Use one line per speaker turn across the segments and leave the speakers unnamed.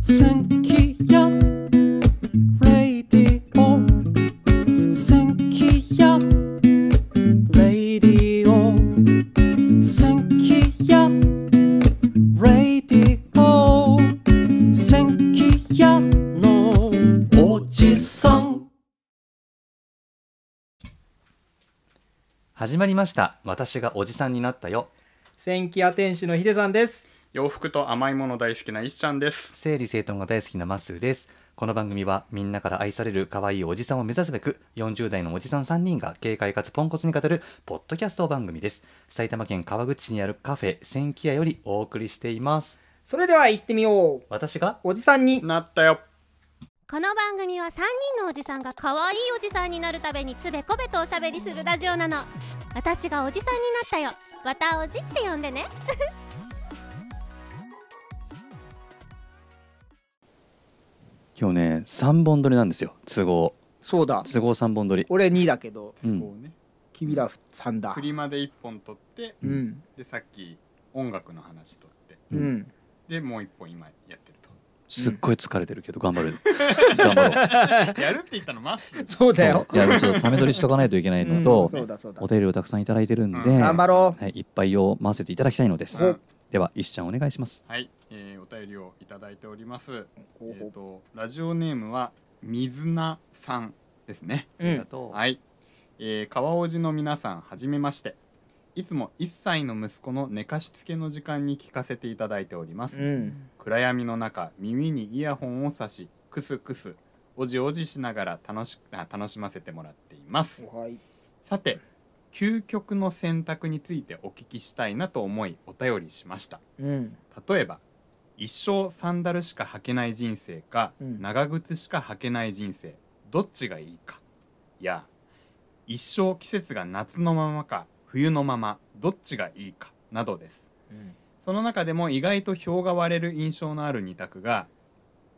千切やレイディオ千切やレイディオ千切やレイディオ千切やのおじさん
始まりました私がおじさんになったよ
千キ屋店主のヒデさんです。
洋服と甘いもの大好きな石ちゃんです
整理整頓が大好きなマッスーですこの番組はみんなから愛される可愛いおじさんを目指すべく40代のおじさん3人が軽快かつポンコツに語るポッドキャスト番組です埼玉県川口市にあるカフェ千木屋よりお送りしています
それでは行ってみよう。
私が
おじさんに。
なったよ
この番組は3人のおじさんが可愛いおじさんになるためにつべこべとおしゃべりするラジオなの私がおじさんになったよわたおじって呼んでね
今日ね3本撮りなんですよ都合
そうだ。
都合3本撮り
俺2だけど、
うん
こうね
君ら3だ
フ。リマで1本取って
うん。
でさっき音楽の話取って
うん。
でもう1本今やってる
すっごい疲れてるけど頑張 る頑張ろう
とやるって言ったのマス
そうだよ。
そういやでもちょっとため取りしとかないといけないの
う
と
ん、そうだそうだ
お。便りをたくさんいただいてるんで、
うん
頑張ろう。
はい、いっぱいを回せていただきたいのです、
うん
では石ちゃんお願いします
はい、えーお便りをいただいておりますえ
ほうほ
ー
う
とラジオネームは水菜さんですね
う
ありが
ん。
とう
はい、えー、川おじの皆さんはじめましていつも1歳の息子の寝かしつけの時間に聞かせていただいております、
うん。
暗闇の中耳にイヤホンを差しクスクスおじおじしながら楽しあ楽しませてもらっています
はい。
さて究極の選択についてお聞きしたいなと思いお便りしました
うん。
例えば一生サンダルしか履けない人生か、
うん
長靴しか履けない人生どっちがいいかいや一生季節が夏のままか冬のままどっちがいいかなどですその中でも意外と票が割れる印象のある2択が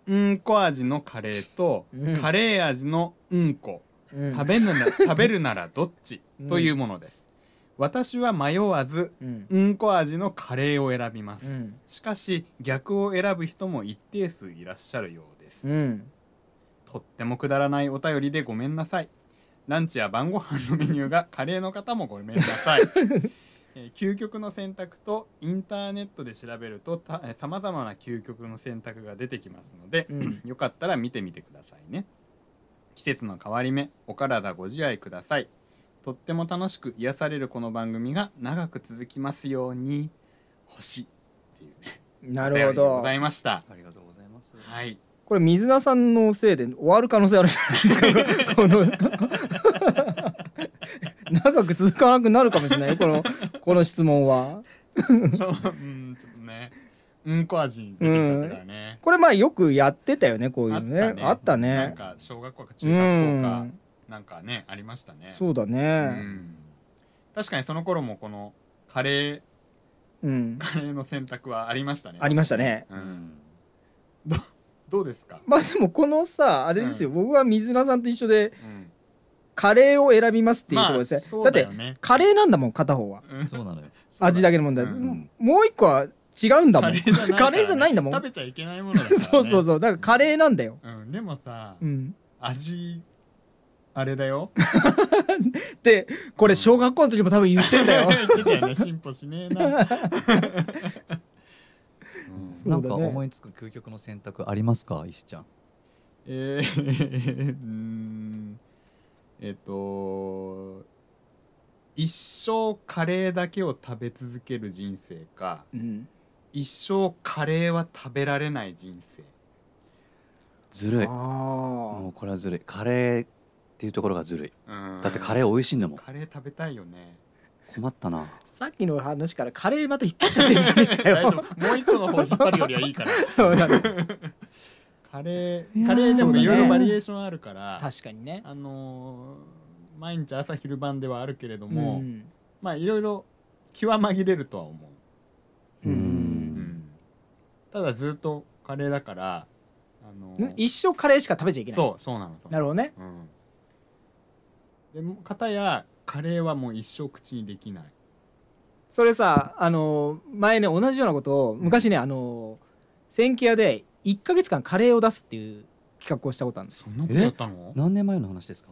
うんこ味のカレーと、
うん
カレー味のうんこ
うん。
食べる な食べるならどっち
うん
というものです私は迷わず
うん。
うんこ味のカレーを選びます、
うん。
しかし逆を選ぶ人も一定数いらっしゃるようです、
うん。
とってもくだらないお便りでごめんなさいランチや晩ご飯のメニューがカレーの方もごめんなさい、えー究極の選択とインターネットで調べるとさまざまな究極の選択が出てきますので、
うん。
よかったら見てみてくださいね季節の変わり目お体ご自愛くださいとっても楽しく癒されるこの番組が長く続きますように星っていうね
な
お便
るほ
りでご
ど
ざ。いました
ありがとうございます
はい
これ水菜さんのせいで終わる可能性あるじゃない ですか。この 長く続かなくなるかもしれないよこのこの質問は。
うんちょっとねうんこ味出てきちゃったからね、
これまあよくやってたよねこうい
あ
う
った
ね
ね
あった
な
ね
んか小学校か
う
中学校か
ん
なんかねありましたね
そうだ
う
ね
ん確かにその頃もこのカレー
う ん
カレーの選択はありましたね
ありましたね
うんどうですか、
まあでもこのさあれですよ僕は水菜さんと一緒で
うん
カレーを選びますっていうところですね
ま
だっ
あそうだ
て
よね
カレーなんだもん片方は
そうなのよ
味だけの問題
うん
もう一個は違うんだもんカ
カレ
レー
ーじ
じゃ
ゃな
ないいんだも
食
ん
べちゃいけないものだから、ね、
そうそうそうだからカレーなんだよ
うん、でもさ、
うん
味あれだ よ
でこれ小学校の時も多分言ってんだ よ
言ってたよね進歩しねえな、
うだね
なんか思いつく究極の選択ありますか石ちゃん
えー、うー んえっ、と一生カレーだけを食べ続ける人生か
うん
一生カレーは食べられない人生
ずるい
あ
もうこれはずるいカレーっていうところがずるい
うん
だってカレー美味しいんだもん
カレー食べたいよね
困ったな
あさっきの話からカレーまた引っ張っちゃってるじゃねえか
大
よ
丈夫もう一個の方引っ張るよりはいいから
そうだね
カレ
いやー
ーカレーでもいろい
そうだ
ろ
ね
バリエーションあるから、
確かにね
あのー毎日朝昼晩ではあるけれども、
ん
まあいろいろ気は紛れるとは思
う
うん
う、
ん
ただずっとカレーだから、あのー
ん一生カレーしか食べちゃいけない
そうそうなの
なるほどね
ほど、うんでもかたやカレーはもう一生口にできない
それさあの前ね同じようなことを昔ねあの千家屋で1か月間カレーを出すっていう企画をしたことあるの
そんなことやったの
何年前の話ですか、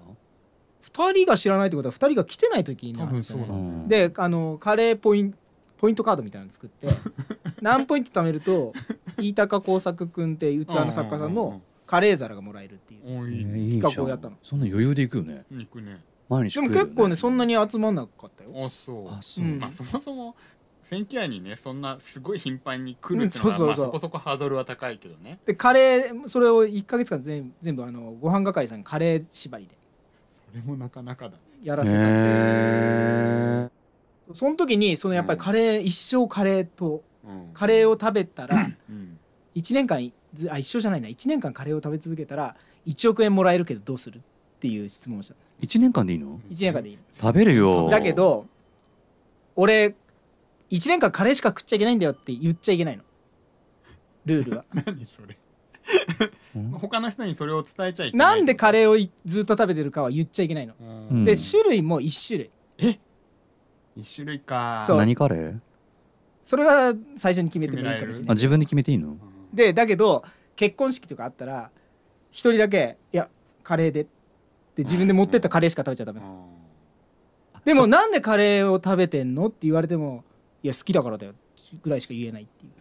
2人が知らないってことは2人が来てない時になるんですよね
多分そうだ
ん、
であのカレーポインポイントカードみたいなの作って 何ポイント貯めると飯高耕作君っていう器の作家さん
うんうんうん
のカレー皿がもらえるっていう
お
え
いいね
ーいいじゃん
企画をやったの
そんな余裕で行くよね
肉ね
毎日食
で
え
も
るよね
結構ねそんなに集まんなかったよ
あそう
あそう、
うん
まあそもそも千キ屋にねそんなすごい頻繁に来る
うん
ってのは
そうそうそう
まあそこそこハードルは高いけどね
でカレーそれを1か月間全部全部あのご飯係さんにカレー縛りで
それもなかなかだ
やら
へ
せたっていう
え
その時にそのやっぱりカレー、一生カレーと
うん
カレーを食べたら
うん
1年間ずあ一生じゃないな1年間カレーを食べ続けたら1億円もらえるけどどうするっていう質問をした
1年間でいいの
1年間でいい
食べるよ
だけど俺1年間カレーしか食っちゃいけないんだよって言っちゃいけないのル ールは
何それ
うん
他の人にそれを伝えちゃいけない
なんでカレーをいずっと食べてるかは言っちゃいけないの、
うん
うん
で種類も1種類
一種類か
そう
何カレー
それは最初に決めてもいいかもしれ
あ
ない
自分で決めていいの
うん
でだけど結婚式とかあったら一人だけ「いやカレーで」って自分で持ってったカレーしか食べちゃダメでもなんでカレーを食べてんのって言われても「いや好きだからだよ」ぐらいしか言えないっていう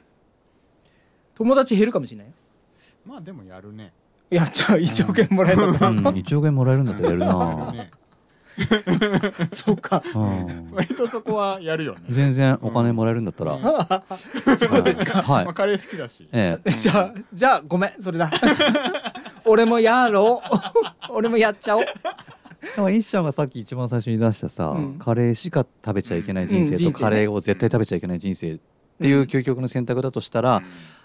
友達減るかもしれないよ
まあでもやるね
いやじゃあ1億円もらえるの
う
か
ん、1億円もらえるんだったらやる
やる
な
ね
そうか
うん
割とそこはやるよね
全然お金もらえるんだったら、そうですかはい、
まあカレー好きだし
ええ
じゃあじゃあごめんそ れだ俺もやろう俺もやっちゃおう
でも一生がさっき一番最初に出したさ、
うん
カレーしか食べちゃいけない人
うん
生
人生
と
ね
カレーを絶対食べちゃいけない人生っていう究極の選択だとしたら、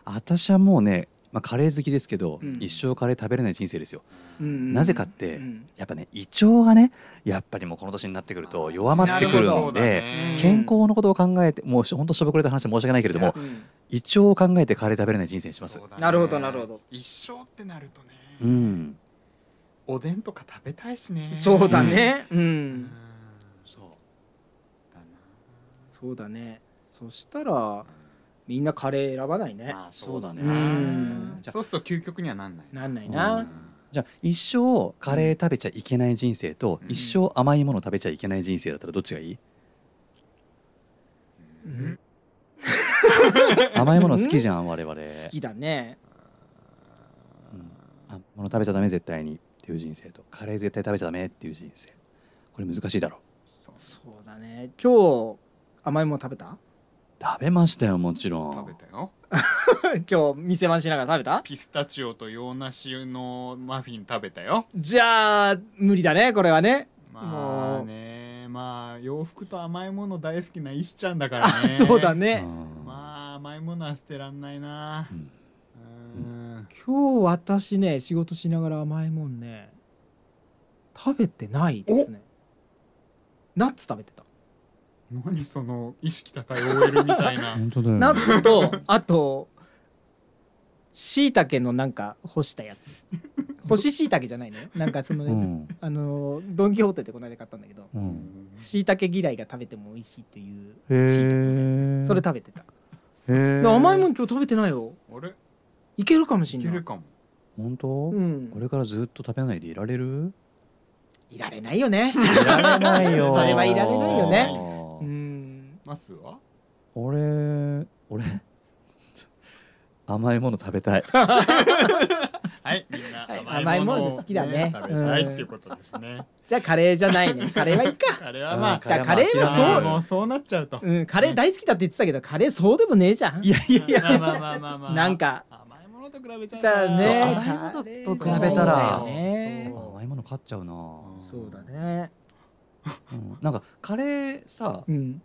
私はもうね、まあ、カレー好きですけど、
うん
一生カレー食べれない人生ですよ、
うん
なぜかって、
うん
やっぱね胃腸がねやっぱりもうこの年になってくると弱まってくる
なる
ほ
の
ど
で
うん
健康のことを考えてもう本当しょぼくれた話で申し訳ないけれども
うん
胃腸を考えてカレー食べれない人生にします
そうだね
なるほどなるほど
一生ってなるとね、
うん
おでんとか食べたいしね
そうだねう
うん
ん
そうだ
そうだねそしたらみんなカレー選ばないね
なまあそうだね
うん
じゃあ
そうすると究極にはなんない
なんない
うん
な
じゃあ一生カレー食べちゃいけない人生と、
うん
一生甘いもの食べちゃいけない人生だったらどっちがいい、
うん
甘いもの好きじゃん我々
好きだね
あもの食べちゃダメ絶対にっていう人生とカレー絶対食べちゃダメっていう人生これ難しいだろ
そうだね今日甘いもの食べた
食べましたよもちろん
食べたよ
今日店番しながら食べた
ピスタチオと洋梨のマフィン食べたよ
じゃあ無理だねこれはね
まあねまあ洋服と甘いもの大好きな石ちゃんだからね
あ そうだ
う
ね
ん
まあ甘いものは捨てらんないな
うん
うん
今日私ね仕事しながら甘いもんね食べてないですねナッツ食べてた、
何その意識高い OL みたいな
本当だよね
ナッツとあとしいたけのなんか干したやつ干ししいたけじゃないのよなんかそのね、
うん
あのードン・キホーテでこの間買ったんだけど
うん
しいたけ嫌いが食べても美味しいっていう
へ
椎茸
え
それ食べてた、
へえ
甘いもん今日食べてないよ
あれ
いけるかもし
い
ん
け
な
る
い
かも
本当、
うん
これからずっと食べないでいられる
いられないよね
いられないよ
それはいられないよねう
ね
ん
マスは
俺俺 ちょ甘いもの食べたい
はいみんな
はい
甘いもの
甘いもの好きだね
食べたいっていうことですね
じゃあカレーじゃないね カレーはいいか
あれはまあ
だからカレーはそう
まあもうそうなっちゃうと
うん、カレー大好きだって言ってたけど、カレーそうでもねえじゃん。
いやいやいや
まあまあまあまあまあ
なんか
甘いものと比べちゃう
じゃあね、
甘いものと比べたら
そうだよね
そ
甘いもの買っちゃうな、
そうだね。
うんなんかカレーさ
うん、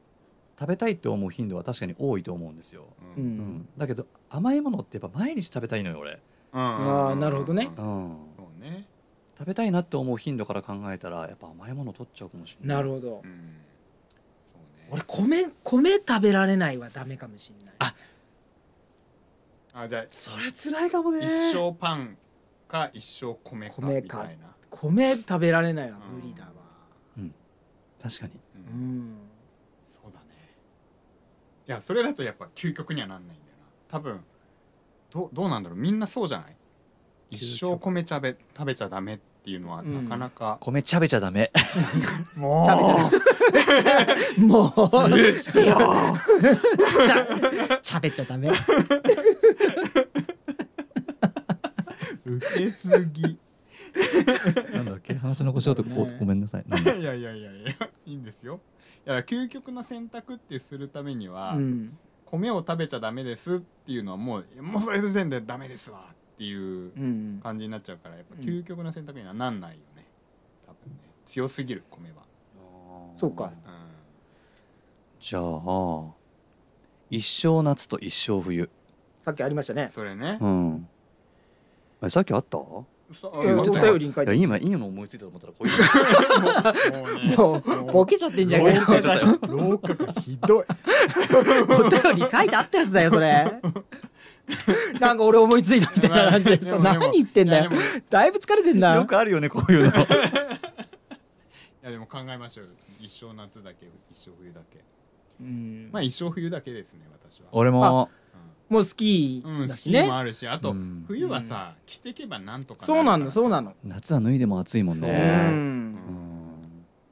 食べたいって思う頻度は確かに多いと思うんですよ、
う
うん
ん、
だけど甘いものってやっぱ毎日食べたいのよ俺、
あ
あーなるほどね
うん、
そうね
食べたいなって思う頻度から考えたらやっぱ甘いもの取っちゃうかもしれない
なる
ほ
ほど
う。んそうね
俺、米、米食べられないはダメかもしれない。あ、
あじゃあ
それ辛いかもね
一生パンか一生米か
米
み
か
たいな
米食べられないは無理だわ。
確かに
うん
そうだねいやそれだとやっぱ究極にはなんないんだよな多分どうどうなんだろうみんなそうじゃない一生米茶べ食べちゃダメっていうのはなかなか、
米ちゃべちゃダメ
も
ちゃべちゃも う
うしいよ
ちゃちゃべっちゃダメ
受けすぎ い
なんだっけ話の腰をとこ
ね
うごめんなさいなんだ
やいやいやいやいいんですよいや究極の選択ってするためには、
うん
米を食べちゃダメですっていうのはもうもうそれの時点でダメですわっていう
うん
感じになっちゃうからやっぱ
うん
究極の選択にはなんないよね多分ね強すぎる米は
そうか
う
じゃあ一生夏と一生冬
さっきありましたね
んそれね
うんえさっきあったい
嘘
お
あ言ってたよ
便りに書い
や
て
今いいの思いついたと思ったらこういう
もう
もうボケちゃってんじゃん
のちょっとだよ
老化がひどい
お便り書いてあったやつだよそれなんか俺思いついたみたいな感じで
でもでも
何言ってんだよ
いやでもい
だいぶ疲れてんな
よくあるよねこういうの
やでも考えましょうよ一生夏だけ一生冬だけ
うん
まあ一生冬だけですね私は
俺も
もうスキ
う
ー
ん
だ
ス
し
キー
ね
もあるしあと
うん
冬はさ着てけばなんとか
そうなんだ
だ
そうなの
夏は脱いでも暑いもん
う
ね
ん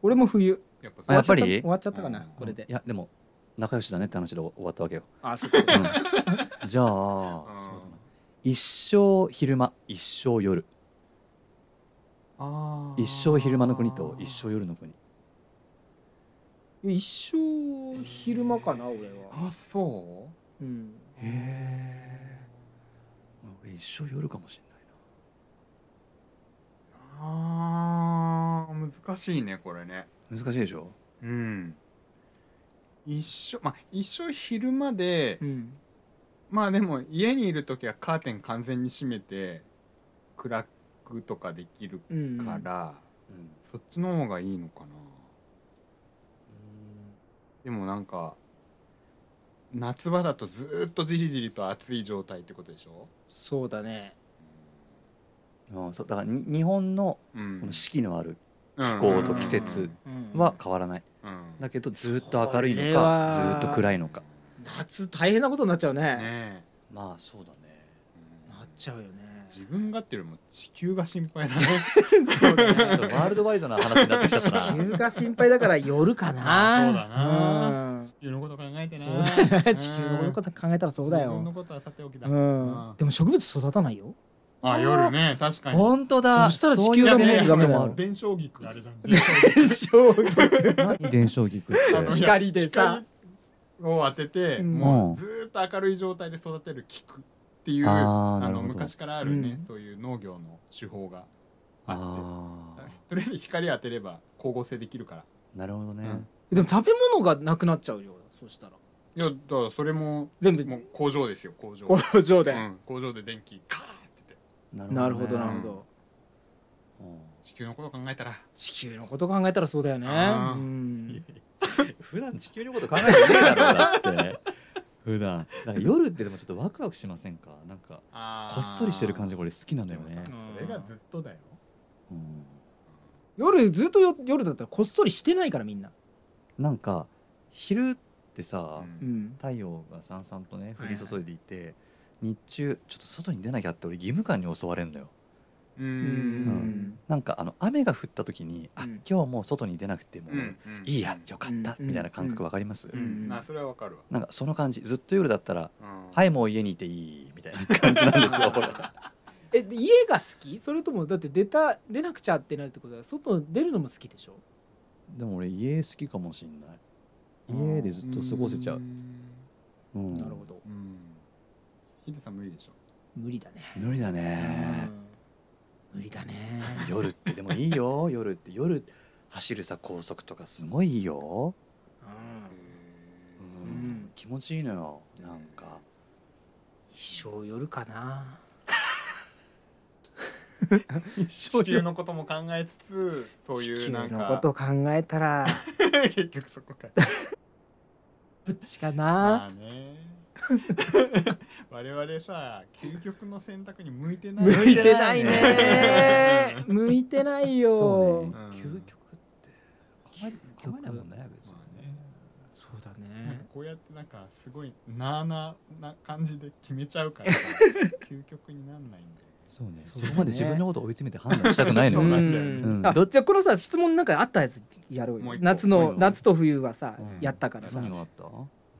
俺も冬
やっぱ
あやっぱり
終わっちゃったかな
うん
これで
いやでも仲良しだねって話で終わったわけよ
あそっか
うんじゃあそうだな一生昼間一生夜一生昼間の国と一生夜の国
一生昼間かな俺は
あそう
うん
俺一生夜かもしれないな
あー難しいねこれね
難しいでしょ
うん一生まあ一生昼間で、
うん
まあでも家にいる時はカーテン完全に閉めて暗くとかできる
うん
から、
うん
そっちの方がいいのかなでもなんか夏場だとずーっとじりじりと暑い状態ってことでしょ、
そうだね
ああそうだからに日本の
うん
この四季のある
うん
気候と季節
うん
は変わらない
うん
だけどずっと明るいの
それ
か
は
ずっと暗いのか
夏大変なことになっちゃうね
ね
まあそうだね
え
なっちゃうよね
自分がっていうよりも地球が心 配だね
そうだね
ちょっとワールドワイドな話になってきちゃった
地
な
球が心配だから夜かな
そうだな
うん
地球のこと考えてな
そうだね地球のこと考えたらそうだ
自分の
よ
ことはさておきだ
うんでも植物育たないよ
あ夜ね確かに
本当だ
そしたら地
そ
球
うい
が
う
見え
メ
る
リ
画
ッ
面
ト
だ
もあ
よ
る
伝承菊あれじゃん伝承
何伝承菊っ
あの
て
光でさ
菊を当てて、
うん
もうずーっと明るい状態で育てる菊っていう
あ
あ
ーなる
の
ほど
昔からあるね、
うん
そういう農業の手法があ
あ
って
あ
とりあえず光当てれば光合成できるから
なるほどね
うん
でも食べ物がなくなっちゃうよそしたら
いやだからそれも
全部
もう工場ですよ工場
工場で
うん、工場で電気カーってて
なるほど
ね
なるほど
う
地球のこと考えたら
地球のこと考えたらそうだよね
あー
うん
ん普段地球のこと考えてねえだろうだって普段なんか夜ってでもちょっとワクワクしませんかなんかこ
こ
っそりしてる感じが俺好きなんだよね
でもさそれがずっとだよ
うん
夜ずっとよ夜だったらこっそりしてないからみんな
なんか昼ってさ、
うん
ん
太陽がさんさんとね降り
はい
注いでいて、日中ちょっと外に出なきゃって俺義務感に襲われるんだよ
う
うんん
なんかあの雨が降った時に、
う
あ
ん
今日もう外に出なくても
うん
いいやよかった、
うん
みたいな感覚わかります、
うんんあそれはわかるわ
なんかその感じずっと夜だったら、
うん
はいもう家にいていいみたいな感じなんですよ
えで家が好きそれともだって出た出なくちゃってなるってことは外出るのも好きでしょ
でも俺家好きかもしんない家でずっと過ごせちゃう、うん
なるほど
うんヒデさん無理でしょ
無理だね
無理だね、
無理だね
夜ってでもいいよ夜って夜走るさ高速とかすごいいいよ
うんうん
気持ちいいのよなんか
一生夜かな
地球のことも考えつつそうい
地
う
球
なん
の
か
こと考えたら
結局そこか
どっちか
まあ
な
ね我々さ究極の選択に向いてない
向いて
な
ないい
ね
ね向いてないよ
そうね
うん
究極ってえ考えないもんね別に
まあね
そうだ
なんか
ね
こうやってなんかすごいなあなあな感じで決めちゃう からさ究極になんないんだよね
そうね
そう
そ
だね
こまで自分のことを追い詰めて判断したくないのよ
う
な
な、
ん
う
だよね
ん
うん
あ
どっ
じゃあこのさ質問なんかあったやつやろう
も
よ
う一個
夏
もう一
の
個
夏と冬はさ
うん
やったからさ
何があった、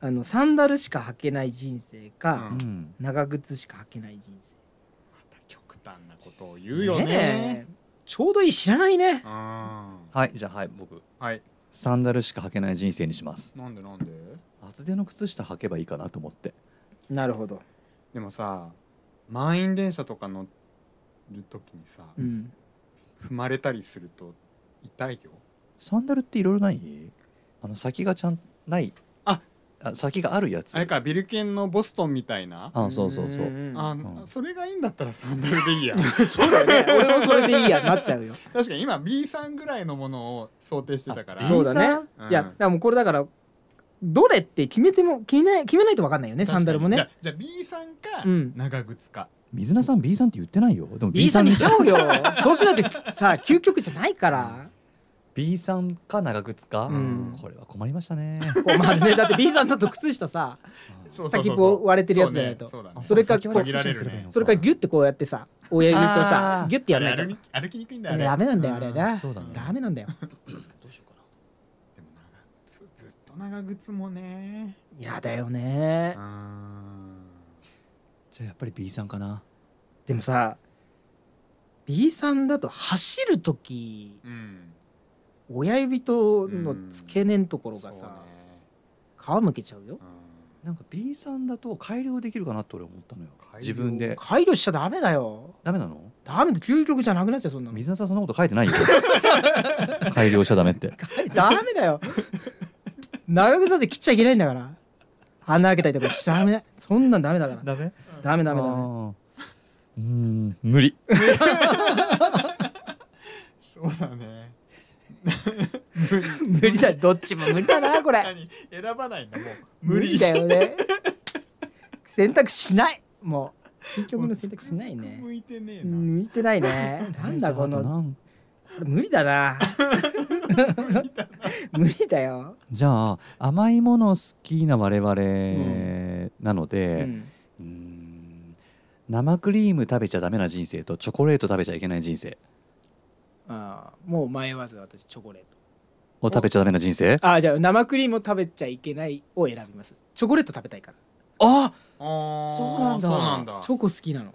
あのサンダルしか履けない人生
う
う
か
ん
ん、
長靴しか履けない人
また極端なことを言うよ
生
ね
ねえちょうどいい知らないね
うんは
はいじゃあはい僕
い
サンダルしか履けない人生にします
なんでなんで
厚手の靴下履けばいいかなと思って
なるほど
でもさ満員電車とか乗るときにさ、
うん
踏まれたりすると痛いよ
サンダルっていろいろないあの先がちゃんない
あ
あ先があるやつ
あれかビルケンのボストンみたいなあ
あそうそうそうんうん
それがいいんだったらサンダルでいいや
そうだよね俺もそれでいいやなっちゃうよ
確かに今 B さんぐらいのものを想定してたから
あ
そうだね
うん
いやだからもうこれだからどれって決めても決めない決めないと分かんないよね
確かに
サンダルも
じゃ
ね
あじゃあ B さんか
うん
長靴か、
水菜さん B さんって言ってないよでも
B さんにしち
ゃ
ゃおうよそうしないとさ究極じゃないから
B さんか長靴か、
うん
これは困りましたね
まあね だって B さんだと靴下さ
そうそうそう
先っぽ割れてるやつじゃないと
そうねそうだね
それか
先は
こう
靴下にすばいいの
それからギュッてこうやってさ親指と
あ
さ
ー
ギュッてや
あ
ら
れ
ない
歩
と
き歩きにくいんだよ
ダメなんだよあれ
うん
ね
そうだね
ダメなんだよ
どうしようかな
でも長靴ずっと長靴もね
やだよね
うん
じゃあやっぱり B さんかな
でもさ B さんだと走る時
うん
親指との付け根のところが
そうね
さ皮むけちゃうよ
うん
なんか B さんだと改良できるかなって俺思ったのよ
改良
自分で
配慮しちゃダメだよ
ダメなの
ダメだ究極じゃなくなっちゃうそんなの
水菜さんそんなこと書いて ないよ改良しちゃダメって
ダメだよ長靴だって切っちゃいけないんだから穴開けたりとかしちゃダメそんなんダメだから
ダメ
ダメダメダメ
うーん無理
そうだね
無理だどっちも無理だなこれ
何選ばないのもう
無理だよね選択しないもう究極の選択しないね
向いてねえ
う
な、
ん向いてないねなんだこ
じゃああと
の
なん
無理だ な 無理だよ、
じゃあ甘いもの好きな我々
ん
なの
う
で、
ん
うーん生クリーム食べちゃダメな人生とチョコレート食べちゃいけない人生
あーもう迷わず私チョコレート
を食べちゃダメな人生
あーじゃあ生クリームを食べちゃいけないを選びますチョコレート食べたいか
あ
あー
そうなんだ
そうなん
ら
だ
チョコ好きなの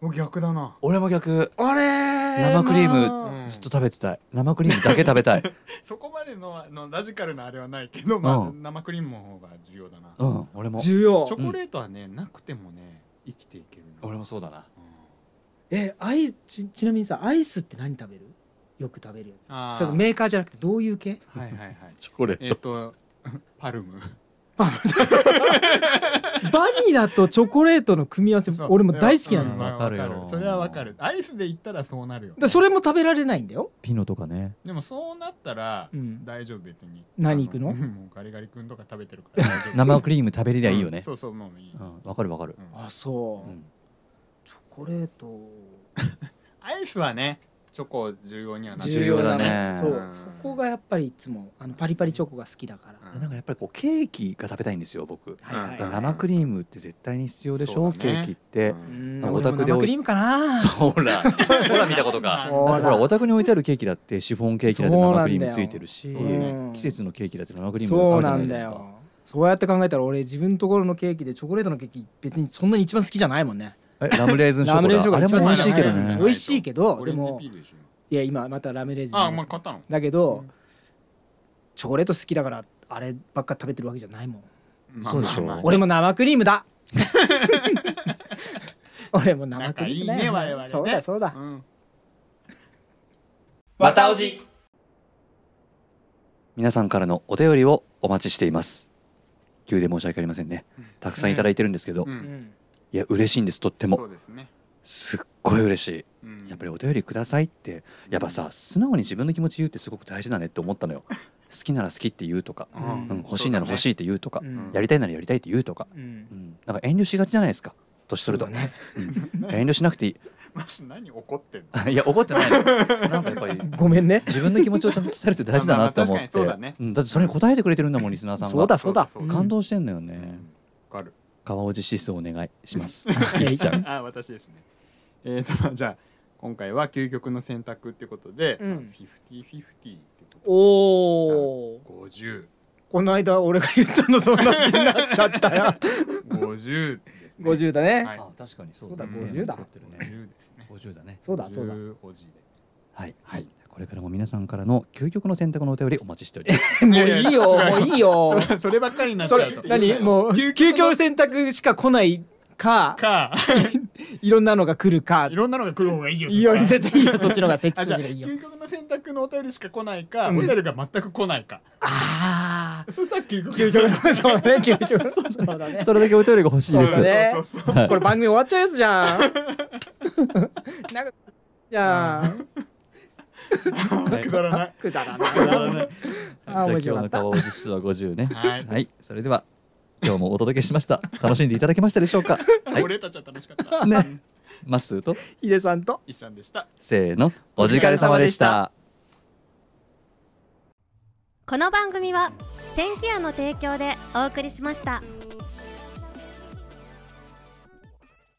もう逆だな
俺も逆
あれ
生クリーム
うん
ずっと食べてたい生クリームだけ食べた い
そこまでのあのラジカルなあれはないけど、まあ
うん
生クリームの方が重要だな、
うん俺も
重要
チョコレートはね、なくてもね生きていけるな
俺もそうだな
うん
えアイちちなみにさアイスって何食べるよく食べるや
あ
つ
ー
そのメーカーじゃなくてどういう系
はいはいはい
チョコレ
えっと パルム
バニラとチョコレートの組み合わせ
そう
俺も大好きな
だ
んで
よ
すよ、
う
わかるよ
わそれはわかるアイスで言ったらそうなるよ
だそれも食べられないんだよ
ピノとかね
でもそうなったら
うん
大丈夫別に
何行くの
あもうガリガリ君とか食べてるから大丈夫
生クリーム食べれりゃいいよ
う
ね
んそうそうもういい、
う
うん
んわかるわかる
あそう、
うん
チョコレート
アイスはねチョコ重要にはなってる
重要だね
そう、
うん
そこがやっぱりいつもあのパリパリチョコが好きだから、
うん
でなんかやっぱりこうケーキが食べたいんですよ僕
はいはい、はい、
生クリームって絶対に必要でし
そ
ょ、
うだね
ケーキって、
うん
お
俺も
宅で
生クリームかな
そらほら見たことか
ほ
だ
ら
ってほらお宅に置いてあるケーキだってシフォンケーキだって
そうな
生
んだよ
クリームついてるし、
そうだ
ね
季節のケーキだって生クリーム
そ
あ
う
るじ
な
ゃない
ん
で
だ
すか
よそうやって考えたら俺自分のところのケーキでチョコレートのケーキ別にそんなに一番好きじゃないもんね
えラムレーズンショ
ラムレーズン
コ
ショコ
ラあ
ラ
れも美味しいけど
一番好きだ
ね
ね美味しいけどでも
オレンジピールでしょ
いや今またラムレーズン
あ、お前買ったの。
だけど、チョコレート好きだからあればっか食べてるわけじゃないもん
そうでしょ
まあまあまあ
俺も生クリーム だ俺も
な
生
ん
ク
かい
リー
い
ムだよ
ね、我々ね。
そうだそうだ、
ん
またおじ皆さんからのお便りをお待ちしています急で申し訳ありませんねたくさんいただいてるんですけど、
う
うん
ん。
いや嬉しいんですとって
そ
も
うですね。
すっごい嬉しい
うん
やっぱりお便りくださいってやっぱさ素直に自分の気持ち言うってすごく大事だねって思ったのよ好きなら好きって言うとか、
う
うんん、欲しいなら欲しいって言うとか、
うん
やりたいならやりたいって言うとか、
うん
うん、なんか遠慮しがちじゃないですか年取ると、
そうだね
うん遠慮しなくていい
まず何怒ってんの
いや怒ってないのなんかやっぱり
ごめんね
自分の気持ちをちゃんと伝えるって大事だなって思っ
まあまあ
て
確かにそうだね
んだってそれに答えてくれてるんだもんリスナーさんが
そうだそうだ
そうだ
感動してんのよ
う
ね、
んわかる
川尾寺シスをお願いします 石ちゃん
あ私ですねえーとまあじゃあ今回は究極の選択ってことで、
うん
フィフティフィフティってこと
おお
5050
この間俺が言ったのと同じになっちゃった よ
ですね
50だね、
はい
あ確かにそう
そうだ
ね
50だ
沿ってるね
50ですね
50だね
そうだそうだ
50おじいで
はい、
はい
これからも皆さんからの究極の選択のお便りお待ちしております
もういいよ
いやいや
もういいよ
それそればっかりになっち
そ
ゃう
れ
と
何もう
究
究
極
極
の
選択しか来ないか
か
いろんなのが来るか
いろんなのが来る方がいいよとか
いや絶 対いいよそっちの方が設
あ
置
じゃあ
がいいよ
究極の選択のお便りしか来ないか、お便りが全く来ないか
あ
そしたら究極
究極のそうだね究極 そうだね
それだけお便りが欲しい
そう
で
だ
す
ねこれ番組終わっちゃうやつじゃ んなんかじゃあ
くだらない
くだらない
じゃ
あ
あ今
ー面
日
白かっ
の
た
顔実は50ね
はい
それでは今日もお届けしました楽しんでいただけましたでしょうかはい
俺たちは楽しかった
ねまっすーと
ヒデさんと
一さんでした
せーのお疲れ様でした
この番組は「千キヤの提供でお送りしました。